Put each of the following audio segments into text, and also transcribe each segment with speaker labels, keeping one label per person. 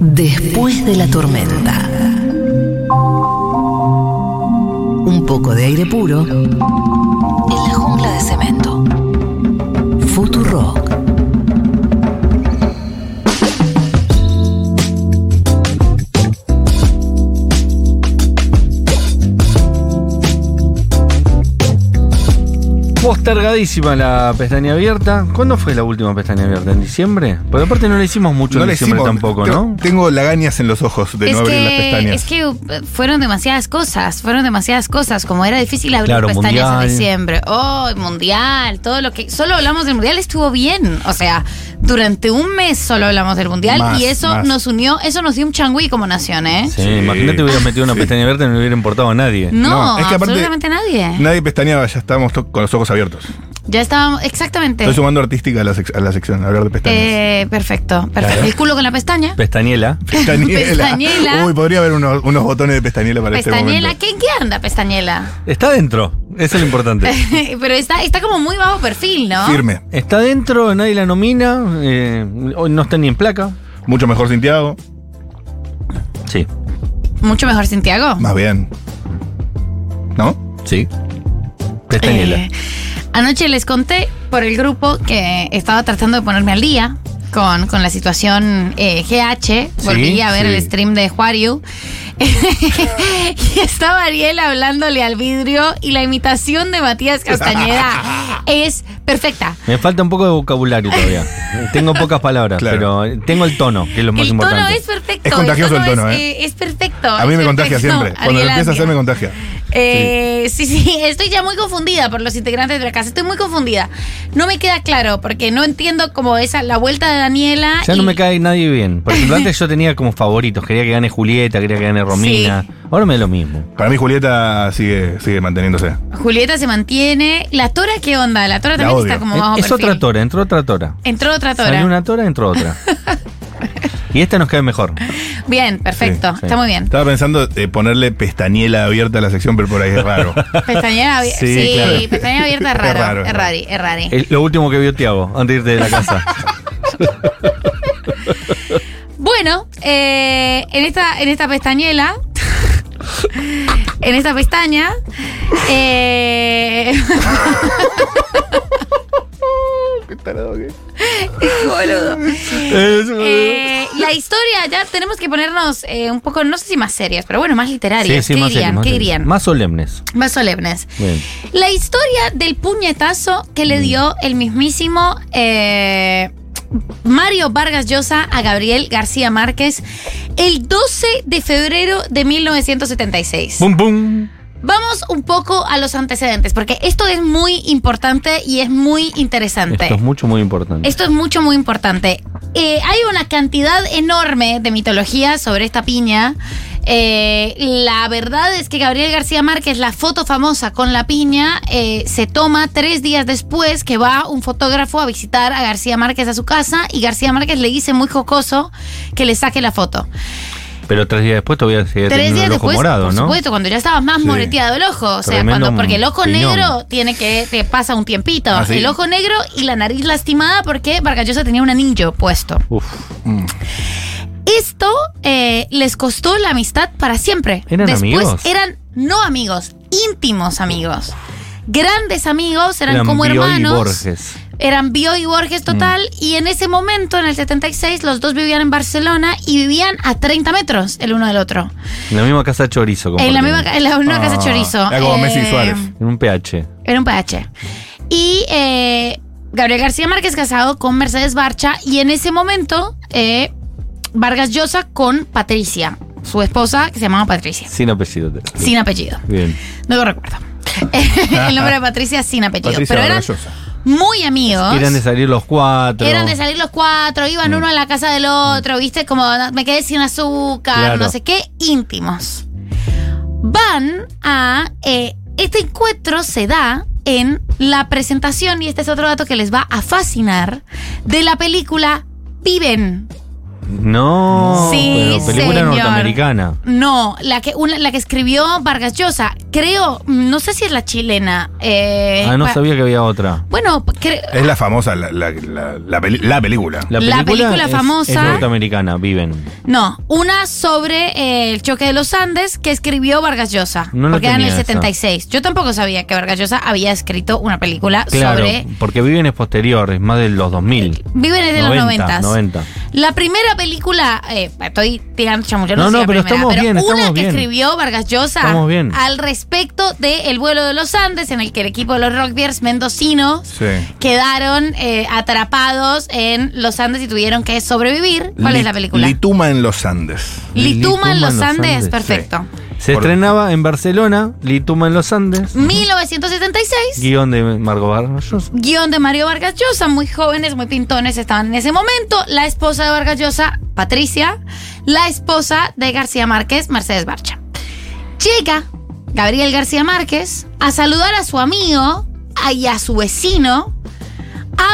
Speaker 1: Después de la tormenta. Un poco de aire puro en la jungla de cemento. Futurock.
Speaker 2: Postergadísima la pestaña abierta. ¿Cuándo fue la última pestaña abierta? ¿En diciembre? Porque aparte no le hicimos mucho en
Speaker 3: le
Speaker 2: diciembre
Speaker 3: hicimos-
Speaker 2: tampoco,
Speaker 3: te-
Speaker 2: ¿no?
Speaker 3: Tengo lagañas en los ojos de no abrir las pestañas.
Speaker 4: es que eh, fueron demasiadas cosas, fueron demasiadas cosas, como era difícil abrir
Speaker 2: Claro,
Speaker 4: pestañas
Speaker 2: mundial.
Speaker 4: en diciembre. Oh, el mundial, todo lo que solo hablamos del mundial estuvo bien, o sea, durante un mes solo hablamos del mundial
Speaker 3: Más,
Speaker 4: y eso
Speaker 3: más.
Speaker 4: nos unió, eso nos dio un changüí como nación, ¿eh?
Speaker 2: Sí,
Speaker 3: Sí.
Speaker 2: imagínate hubieran metido una
Speaker 3: Sí.
Speaker 2: pestaña abierta y no le hubiera importado a nadie.
Speaker 4: No,
Speaker 3: No, es que aparte-
Speaker 4: absolutamente nadie.
Speaker 3: Nadie pestañeaba, ya estábamos to- con los ojos abiertos.
Speaker 4: Ya estábamos, exactamente.
Speaker 3: Estoy sumando artística a la, sec- a la sección, a hablar de pestañas.
Speaker 4: Eh, perfecto, perfecto.
Speaker 2: Claro.
Speaker 4: El culo con la pestaña.
Speaker 2: Pestañela.
Speaker 3: Pestañela.
Speaker 4: Pestañela.
Speaker 3: Uy, podría haber unos, unos botones de pestañela para este
Speaker 4: Pestañela,
Speaker 3: momento.
Speaker 4: ¿qué, ¿en qué anda Pestañela?
Speaker 2: Está dentro. Eso es lo importante.
Speaker 4: Pero está, está como muy bajo perfil, ¿no?
Speaker 3: Firme.
Speaker 2: Está dentro, nadie la nomina. eh, hoy no está ni en placa.
Speaker 3: Mucho mejor Santiago.
Speaker 2: Sí.
Speaker 4: Mucho mejor Santiago.
Speaker 3: Más bien. ¿No?
Speaker 2: Sí. Pestañela.
Speaker 4: Eh, anoche les conté por el grupo que estaba tratando de ponerme al día con, con la situación eh, GH. Volví
Speaker 2: Sí,
Speaker 4: a ver
Speaker 2: sí.
Speaker 4: el stream de Juario. y estaba Ariel hablándole al vidrio y la imitación de Matías Castañeda es perfecta.
Speaker 2: Me falta un poco de vocabulario todavía. tengo pocas palabras,
Speaker 3: Claro.
Speaker 2: pero tengo el tono, que es lo más
Speaker 4: El
Speaker 2: importante.
Speaker 4: tono es perfecto.
Speaker 3: Es contagioso el tono,
Speaker 4: es,
Speaker 3: ¿eh?
Speaker 4: es perfecto.
Speaker 3: A mí
Speaker 4: es
Speaker 3: me contagia
Speaker 4: perfecto,
Speaker 3: siempre. Cuando
Speaker 4: Ariel
Speaker 3: empieza a
Speaker 4: Antia.
Speaker 3: hacer me contagia.
Speaker 4: Eh, sí. sí, estoy ya muy confundida por los integrantes de la casa. Estoy muy confundida. No me queda claro porque no entiendo como esa la vuelta de Daniela.
Speaker 2: Ya no
Speaker 4: Ah, y-
Speaker 2: me cae nadie bien. Por ejemplo, antes yo tenía como favoritos. Quería que gane Julieta, quería que gane Romina. Ahora me da lo mismo.
Speaker 3: Para mí Julieta sigue, sigue manteniéndose.
Speaker 4: Julieta se mantiene. La Tora, ¿qué onda? La Tora
Speaker 3: La
Speaker 4: también
Speaker 3: odio.
Speaker 4: está como
Speaker 2: Es-
Speaker 4: bajo
Speaker 2: es
Speaker 4: perfil.
Speaker 2: otra tora, entró otra tora.
Speaker 4: Entró otra Tora.
Speaker 2: Salió una tora, entró otra. y esta nos cae mejor.
Speaker 4: Bien, perfecto.
Speaker 2: Sí, sí.
Speaker 4: Está muy bien.
Speaker 3: Estaba pensando eh, ponerle pestañela abierta a la sección, pero por ahí es raro.
Speaker 4: Pestañera abierta.
Speaker 2: Sí,
Speaker 4: Sí,
Speaker 2: claro.
Speaker 4: pestañera abierta es
Speaker 3: Es
Speaker 4: raro. Es
Speaker 3: raro,
Speaker 4: raro.
Speaker 3: es
Speaker 4: Es
Speaker 3: raro.
Speaker 4: rari, es rari.
Speaker 2: El- lo último que vio Tiago antes de irte de la casa.
Speaker 4: Bueno, eh, en esta, en esta pestañela. En esta pestaña. Eh, eh, la historia, ya tenemos que ponernos eh, un poco, no sé si más serias, pero bueno, más literarias. ¿Qué
Speaker 2: serios,
Speaker 4: dirían?
Speaker 2: más
Speaker 4: ¿Qué
Speaker 2: serios.
Speaker 4: dirían?
Speaker 2: Más solemnes.
Speaker 4: Más solemnes.
Speaker 2: Bien.
Speaker 4: La historia del puñetazo que
Speaker 2: Mm.
Speaker 4: le dio el mismísimo eh, Mario Vargas Llosa a Gabriel García Márquez el 12 de febrero de 1976.
Speaker 2: Bum, bum.
Speaker 4: Vamos un poco a los antecedentes, porque esto es muy importante y es muy interesante.
Speaker 2: Esto es mucho, muy importante.
Speaker 4: Esto es mucho, muy importante. Eh, hay una cantidad enorme de mitología sobre esta piña. Eh, la verdad es que Gabriel García Márquez, la foto famosa con la piña, eh, se toma tres días después que va un fotógrafo a visitar a García Márquez a su casa y García Márquez le dice muy jocoso que le saque la foto.
Speaker 2: Pero tres días después todavía seguía
Speaker 4: Tres
Speaker 2: teniendo
Speaker 4: días
Speaker 2: el ojo
Speaker 4: después,
Speaker 2: morado,
Speaker 4: por
Speaker 2: ¿no?
Speaker 4: supuesto, cuando ya estaba más
Speaker 3: Sí.
Speaker 4: moreteado el ojo, o sea,
Speaker 2: Tremendo
Speaker 4: cuando porque el ojo
Speaker 2: piñón.
Speaker 4: negro tiene que te pasa un tiempito,
Speaker 3: Ah, sí.
Speaker 4: el ojo negro y la nariz lastimada porque Vargas Llosa tenía un anillo puesto.
Speaker 2: Uf.
Speaker 3: Mm.
Speaker 4: Esto eh, les costó la amistad para siempre.
Speaker 2: ¿Eran
Speaker 4: Después
Speaker 2: amigos?
Speaker 4: eran no amigos, íntimos amigos. Grandes amigos, eran,
Speaker 2: Eran
Speaker 4: como
Speaker 2: Bioy y
Speaker 4: hermanos.
Speaker 2: Borges. Mm.
Speaker 4: Eran Bio y Borges total. Y en ese momento, en el 76, los dos vivían en Barcelona y vivían a 30 metros el uno del otro.
Speaker 2: En la misma casa Chorizo.
Speaker 4: En la,
Speaker 2: compartían.
Speaker 4: misma, ca- en la misma
Speaker 3: Ah,
Speaker 4: casa Chorizo. Eh,
Speaker 3: era como Messi y Suárez.
Speaker 2: En un PH.
Speaker 4: Era un PH. Y eh, Gabriel García Márquez casado con Mercedes Barcha y en ese momento eh, Vargas Llosa con Patricia, su esposa que se llamaba Patricia,
Speaker 2: Sin apellido.
Speaker 4: sin apellido.
Speaker 2: Bien.
Speaker 4: No lo recuerdo. El nombre de Patricia sin apellido.
Speaker 3: Patricia
Speaker 4: pero eran
Speaker 3: Vargallosa.
Speaker 4: muy amigos.
Speaker 2: Eran de salir los cuatro.
Speaker 4: Eran de salir los cuatro,
Speaker 2: Mm.
Speaker 4: iban uno a la casa del otro, viste, como "No, me quedé sin azúcar,
Speaker 2: Claro.
Speaker 4: no sé qué, íntimos. Van a. eh, este encuentro se da en la presentación, y este es otro dato que les va a fascinar, de la película Viven
Speaker 2: No,
Speaker 4: Sí,
Speaker 2: pero película
Speaker 4: señor.
Speaker 2: norteamericana.
Speaker 4: No, la que, una- la que escribió Vargas Llosa, creo, no sé si es la chilena. eh,
Speaker 2: Ah, no
Speaker 4: pa-
Speaker 2: sabía que había otra.
Speaker 4: Bueno, cre-
Speaker 3: Es la famosa, la, la- la- la peli- la película.
Speaker 4: La película
Speaker 2: es-
Speaker 4: famosa-
Speaker 2: Es norteamericana, viven.
Speaker 4: no, una sobre eh, el choque de los Andes que escribió Vargas Llosa,
Speaker 2: No la
Speaker 4: porque era en el
Speaker 2: tenía esa.
Speaker 4: 76. Yo tampoco sabía que Vargas Llosa había escrito una película
Speaker 2: Claro,
Speaker 4: sobre... Eh,
Speaker 2: porque viven es posterior, es más de los 2000.
Speaker 4: Viven desde los 90.
Speaker 2: 90.
Speaker 4: La primera película, eh, estoy tirando chamuyo, no,
Speaker 2: No,
Speaker 4: sé
Speaker 2: no,
Speaker 4: la
Speaker 2: pero
Speaker 4: primera,
Speaker 2: estamos
Speaker 4: pero
Speaker 2: bien,
Speaker 4: una
Speaker 2: estamos
Speaker 4: que
Speaker 2: bien.
Speaker 4: escribió Vargas Llosa
Speaker 2: Estamos bien.
Speaker 4: al respecto del vuelo de los Andes, en el que el equipo de los Rockbears mendocinos
Speaker 3: Sí.
Speaker 4: quedaron eh, atrapados en los Andes y tuvieron que sobrevivir. ¿Cuál es la
Speaker 3: Lit-
Speaker 4: película?
Speaker 3: Lituma en los Andes.
Speaker 4: Lituma en los,
Speaker 2: Andes,
Speaker 4: Andes,
Speaker 2: sí.
Speaker 4: perfecto.
Speaker 2: Se
Speaker 3: Por-
Speaker 2: estrenaba en Barcelona, Lituma en los Andes,
Speaker 4: Mm. 1976.
Speaker 2: guión de Margot Vargas.
Speaker 4: Guión de Mario Vargas Llosa, muy jóvenes, muy pintones estaban en ese momento. La esposa de Vargas Llosa, Patricia. La esposa de García Márquez, Mercedes Barcha. Llega Gabriel García Márquez a saludar a su amigo a- y a su vecino.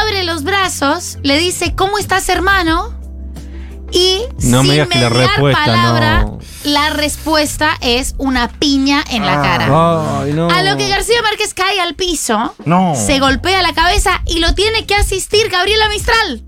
Speaker 4: Abre los brazos, le dice, ¿cómo estás hermano? Y
Speaker 2: No
Speaker 4: sin
Speaker 2: me digas que la
Speaker 4: mediar
Speaker 2: respuesta,
Speaker 4: palabra,
Speaker 2: no.
Speaker 4: la respuesta es una piña en la cara.
Speaker 2: Ay, no.
Speaker 4: Ah. A lo que García Márquez cae al piso,
Speaker 3: No.
Speaker 4: se golpea la cabeza y lo tiene que asistir Gabriela Mistral.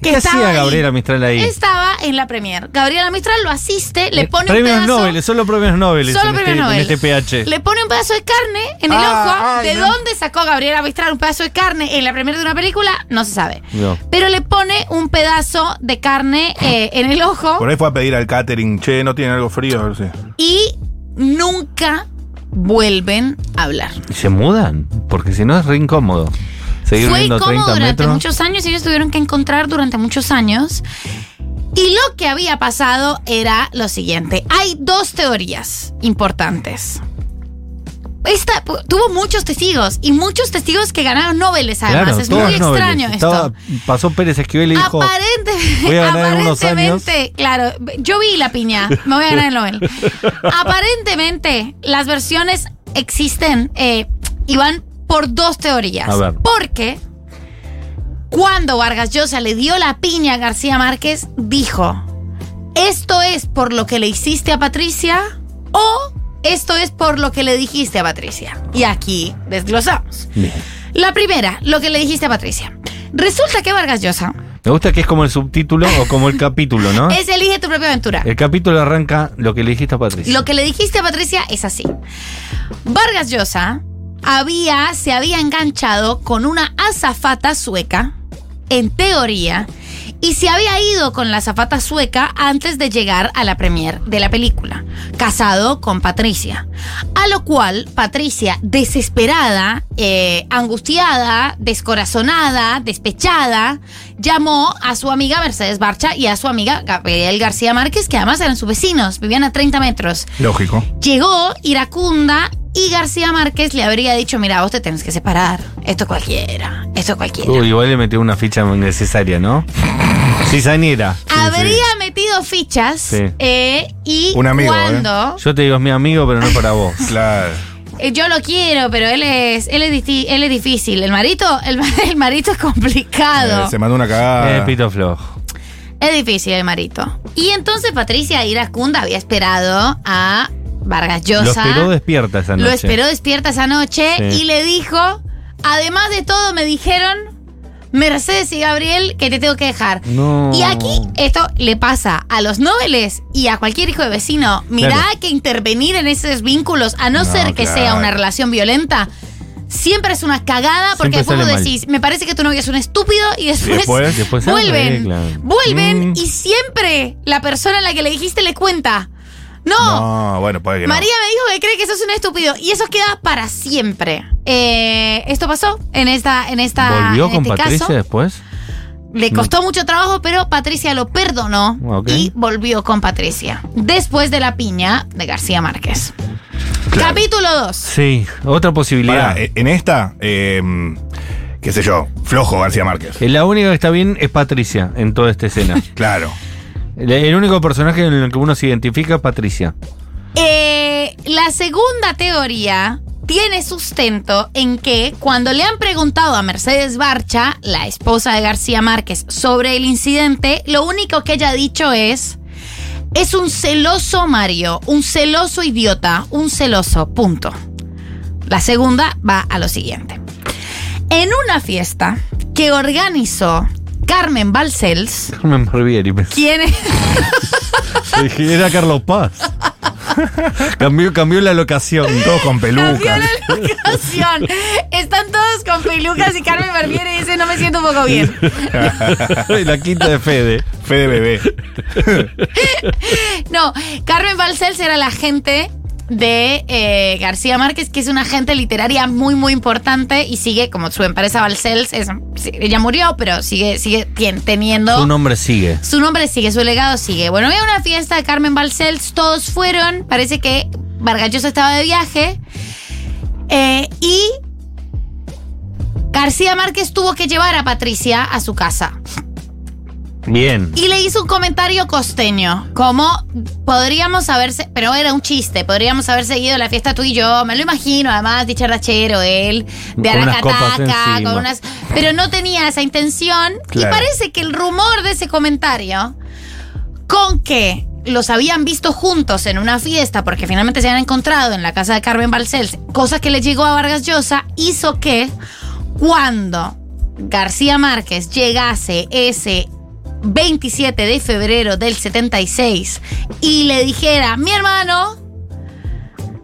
Speaker 4: Que
Speaker 2: ¿Qué hacía
Speaker 4: estaba ahí.
Speaker 2: Gabriela Mistral ahí?
Speaker 4: Estaba en la premier. Gabriela Mistral lo asiste, le
Speaker 2: Eh,
Speaker 4: pone
Speaker 2: premios
Speaker 4: un pedazo.
Speaker 2: Nobel, solo premios Nobel
Speaker 4: Solo
Speaker 2: en,
Speaker 4: premios
Speaker 2: este,
Speaker 4: Nobel.
Speaker 2: en este PH.
Speaker 4: Le pone un pedazo de carne en el
Speaker 3: Ah,
Speaker 4: ojo.
Speaker 3: ay,
Speaker 4: ¿De
Speaker 3: no.
Speaker 4: dónde sacó Gabriela Mistral un pedazo de carne en la premier de una película? No se sabe.
Speaker 2: No.
Speaker 4: Pero le pone un pedazo de carne eh, en el ojo.
Speaker 3: Por ahí fue a pedir al catering, che, ¿no tiene algo frío? A ver si-
Speaker 4: y nunca vuelven a hablar.
Speaker 2: Y Se mudan, porque si no es re incómodo. Seguir
Speaker 4: Fue
Speaker 2: viendo
Speaker 4: incómodo
Speaker 2: 30
Speaker 4: durante
Speaker 2: metros.
Speaker 4: muchos años y ellos tuvieron que encontrar durante muchos años. Y lo que había pasado era lo siguiente. Hay dos teorías importantes. Esta pu- tuvo muchos testigos y muchos testigos que ganaron Nobeles además.
Speaker 2: Claro,
Speaker 4: es
Speaker 2: todos
Speaker 4: muy
Speaker 2: Nobeles.
Speaker 4: extraño
Speaker 2: Estaba-
Speaker 4: esto.
Speaker 2: Pasó Pérez Esquivel y dijo.
Speaker 4: Aparente-
Speaker 2: voy a ganar en unos
Speaker 4: aparentemente, claro, yo vi la piña, me voy a ganar el Nobel. Aparentemente, las versiones existen eh, y van por dos teorías.
Speaker 2: A ver.
Speaker 4: Porque cuando Vargas Llosa le dio la piña a García Márquez, dijo: Esto es por lo que le hiciste a Patricia o esto es por lo que le dijiste a Patricia. Y aquí desglosamos.
Speaker 2: Bien.
Speaker 4: La primera, lo que le dijiste a Patricia. Resulta que Vargas Llosa
Speaker 2: Me gusta que es como el subtítulo o como el capítulo, ¿no?
Speaker 4: es Elige tu propia aventura.
Speaker 2: El capítulo arranca lo que le dijiste a Patricia.
Speaker 4: Lo que le dijiste a Patricia es así. Vargas Llosa había, se había enganchado con una azafata sueca, en teoría, y se había ido con la azafata sueca antes de llegar a la premier de la película, casado con Patricia. A lo cual Patricia, desesperada, eh, angustiada, descorazonada, despechada, llamó a su amiga Mercedes Barcha y a su amiga Gabriel García Márquez, que además eran sus vecinos, vivían a 30 metros.
Speaker 3: Lógico.
Speaker 4: Llegó Iracunda y García Márquez le habría dicho, mira, vos te tenés que separar. Esto es cualquiera, esto es cualquiera.
Speaker 2: Uy, igual le metió una ficha necesaria, ¿no? Cizañera.
Speaker 4: Habría metido fichas
Speaker 2: Sí. ¿eh?
Speaker 4: eh, y
Speaker 3: Un amigo,
Speaker 4: cuando
Speaker 2: Yo te digo, es mi amigo, pero no para vos.
Speaker 3: Claro.
Speaker 4: Eh, yo lo quiero, pero él es él es, disti- él es difícil. El marito el, ma- el marito es complicado.
Speaker 3: Eh, se mandó una
Speaker 2: Eh,
Speaker 3: cagada.
Speaker 2: pito flojo.
Speaker 4: Es difícil el marito. Y entonces Patricia Iracunda había esperado a Vargas
Speaker 2: Lo
Speaker 4: Llosa.
Speaker 2: esperó despierta esa noche.
Speaker 4: Lo esperó despierta esa noche
Speaker 2: Sí.
Speaker 4: y le dijo, además de todo me dijeron, Mercedes y Gabriel, que te tengo que dejar.
Speaker 2: No.
Speaker 4: Y aquí esto le pasa a los noveles y a cualquier hijo de vecino. Mirá
Speaker 2: Claro.
Speaker 4: que intervenir en esos vínculos, a no,
Speaker 3: No,
Speaker 4: ser que sea
Speaker 3: claro.
Speaker 4: una relación violenta, siempre es una cagada porque
Speaker 2: Siempre
Speaker 4: después vos
Speaker 2: sale mal. pues,
Speaker 4: decís, me parece que tu novio es un estúpido y después,
Speaker 3: después-
Speaker 2: después se
Speaker 4: vuelven.
Speaker 2: arreglan.
Speaker 4: Vuelven
Speaker 2: Mm.
Speaker 4: y siempre la persona a la que le dijiste le cuenta. no
Speaker 3: No, bueno, puede que no.
Speaker 4: María me dijo que cree que sos un estúpido y eso queda para siempre. Eh, esto pasó en esta, en esta,
Speaker 2: ¿Volvió
Speaker 4: en
Speaker 2: con
Speaker 4: este
Speaker 2: Patricia
Speaker 4: caso.
Speaker 2: después?
Speaker 4: Le costó mucho trabajo, pero Patricia lo perdonó
Speaker 2: Ok.
Speaker 4: y volvió con Patricia. Después de la piña de García Márquez.
Speaker 3: Claro.
Speaker 4: Capítulo 2.
Speaker 2: Sí, otra posibilidad.
Speaker 3: Pará, eh, en esta, eh, qué sé yo, flojo García Márquez.
Speaker 2: Eh, La única que está bien es Patricia en toda esta escena.
Speaker 3: Claro.
Speaker 2: El- El único personaje en el que uno se identifica es Patricia.
Speaker 4: la segunda Eh, teoría tiene sustento en que cuando le han preguntado a Mercedes Barcha, la esposa de García Márquez, sobre el incidente, lo único que ella ha dicho es, es un celoso Mario, un celoso idiota, un celoso, punto. La segunda va a lo siguiente. En una fiesta que organizó Carmen Balcells,
Speaker 2: Carmen Barbieri. pensé.
Speaker 4: quien es...
Speaker 5: Dije, Era Carlos Paz. cambió, cambió la locación.
Speaker 3: Todos con
Speaker 4: Cambió
Speaker 3: pelucas.
Speaker 4: la locación. Están todos con pelucas y Carmen Barbieri dice, no me siento un poco bien.
Speaker 5: Y la quinta de Fede.
Speaker 3: Fe de bebé.
Speaker 4: No, Carmen Balcells era la agente de eh, García Márquez, que es una agente literaria muy, muy importante y sigue como su empresa Balcells. es- sí, ella murió, pero sigue, sigue tien- teniendo...
Speaker 2: Su nombre sigue.
Speaker 4: Su nombre sigue, su legado sigue. Bueno, había una fiesta de Carmen Balcells, todos fueron, parece que Vargallosa estaba de viaje. eh, y García Márquez tuvo que llevar a Patricia a su casa.
Speaker 2: Bien.
Speaker 4: Y le hizo un comentario costeño, como podríamos haberse, pero era un chiste, podríamos haber seguido la fiesta tú y yo, me lo imagino, además, dicharachero, él, de
Speaker 2: Con unas copas
Speaker 4: Aracataca,
Speaker 2: encima.
Speaker 4: con unas... Pero no tenía esa intención y
Speaker 3: Claro.
Speaker 4: parece que el rumor de ese comentario, con que los habían visto juntos en una fiesta, porque finalmente se habían encontrado en la casa de Carmen Balcells, cosa que le llegó a Vargas Llosa, hizo que cuando García Márquez llegase ese 27 de febrero del 76 y le dijera, mi hermano,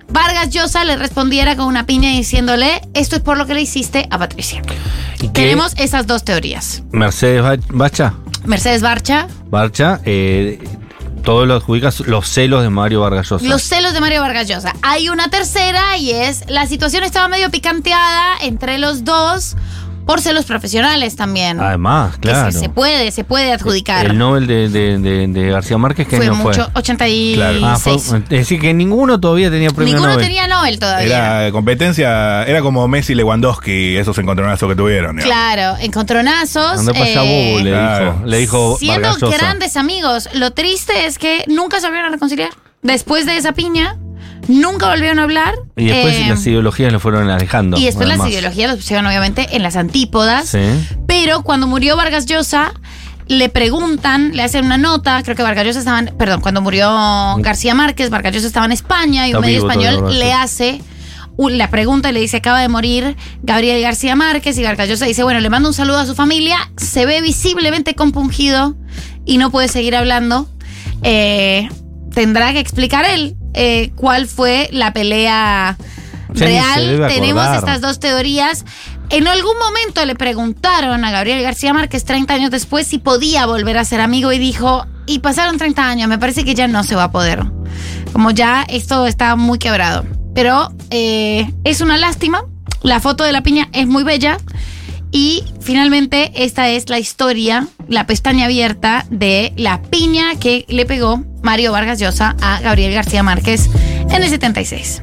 Speaker 4: Vargas Llosa le respondiera con una piña diciéndole, esto es por lo que le hiciste a Patricia.
Speaker 2: Y que
Speaker 4: Tenemos esas dos teorías.
Speaker 2: Mercedes Ba- Bacha.
Speaker 4: Mercedes Barcha,
Speaker 2: Barcha, eh, todo lo adjudicas los celos de Mario Vargas Llosa.
Speaker 4: los celos de Mario Vargas Llosa. Hay una tercera y es, la situación estaba medio picanteada entre los dos por celos profesionales también.
Speaker 2: Además,
Speaker 4: Que se-
Speaker 2: Ah, claro.
Speaker 4: se, puede, se puede adjudicar.
Speaker 2: El Nobel de, de- de- de García Márquez, que
Speaker 4: fue
Speaker 2: no
Speaker 4: mucho,
Speaker 2: fue.
Speaker 4: 86.
Speaker 2: Ah, fue- es decir, que ninguno todavía tenía premio
Speaker 4: Ninguno
Speaker 2: Nobel.
Speaker 4: tenía Nobel todavía.
Speaker 3: Era competencia, era como Messi y Lewandowski, esos encontronazos que tuvieron. digamos.
Speaker 4: Claro, encontronazos.
Speaker 2: Andó para allá
Speaker 4: eh,
Speaker 2: vos, le
Speaker 3: claro.
Speaker 2: dijo, le dijo
Speaker 4: siendo
Speaker 2: Vargas Llosa.
Speaker 4: grandes amigos. Lo triste es que nunca se volvieron a reconciliar. Después de esa piña, nunca volvieron a hablar.
Speaker 2: Y después
Speaker 4: eh,
Speaker 2: las ideologías le fueron alejando.
Speaker 4: y después las
Speaker 2: además.
Speaker 4: ideologías las pusieron obviamente en las antípodas.
Speaker 2: Sí.
Speaker 4: Pero cuando murió Vargas Llosa, le preguntan, le hacen una nota, creo que Vargas Llosa estaba, en- perdón, cuando murió García Márquez, Vargas Llosa estaba en España y
Speaker 2: Está
Speaker 4: un medio
Speaker 2: vivo todavía,
Speaker 4: español
Speaker 2: Vargas
Speaker 4: le
Speaker 2: Llosa.
Speaker 4: hace u- la pregunta y le dice, acaba de morir Gabriel García Márquez y Vargas Llosa dice, bueno, le mando un saludo a su familia, se ve visiblemente compungido y no puede seguir hablando. Eh, tendrá que explicar él eh, cuál fue la pelea
Speaker 2: Ya ni se
Speaker 4: real.
Speaker 2: debe
Speaker 4: Tenemos
Speaker 2: acordar.
Speaker 4: estas dos teorías. En algún momento le preguntaron a Gabriel García Márquez 30 años después si podía volver a ser amigo y dijo, y pasaron 30 años, me parece que ya no se va a poder. Como ya esto está muy quebrado. Pero eh, es una lástima, la foto de la piña es muy bella y finalmente esta es la historia, la pestaña abierta de la piña que le pegó Mario Vargas Llosa a Gabriel García Márquez en el 76.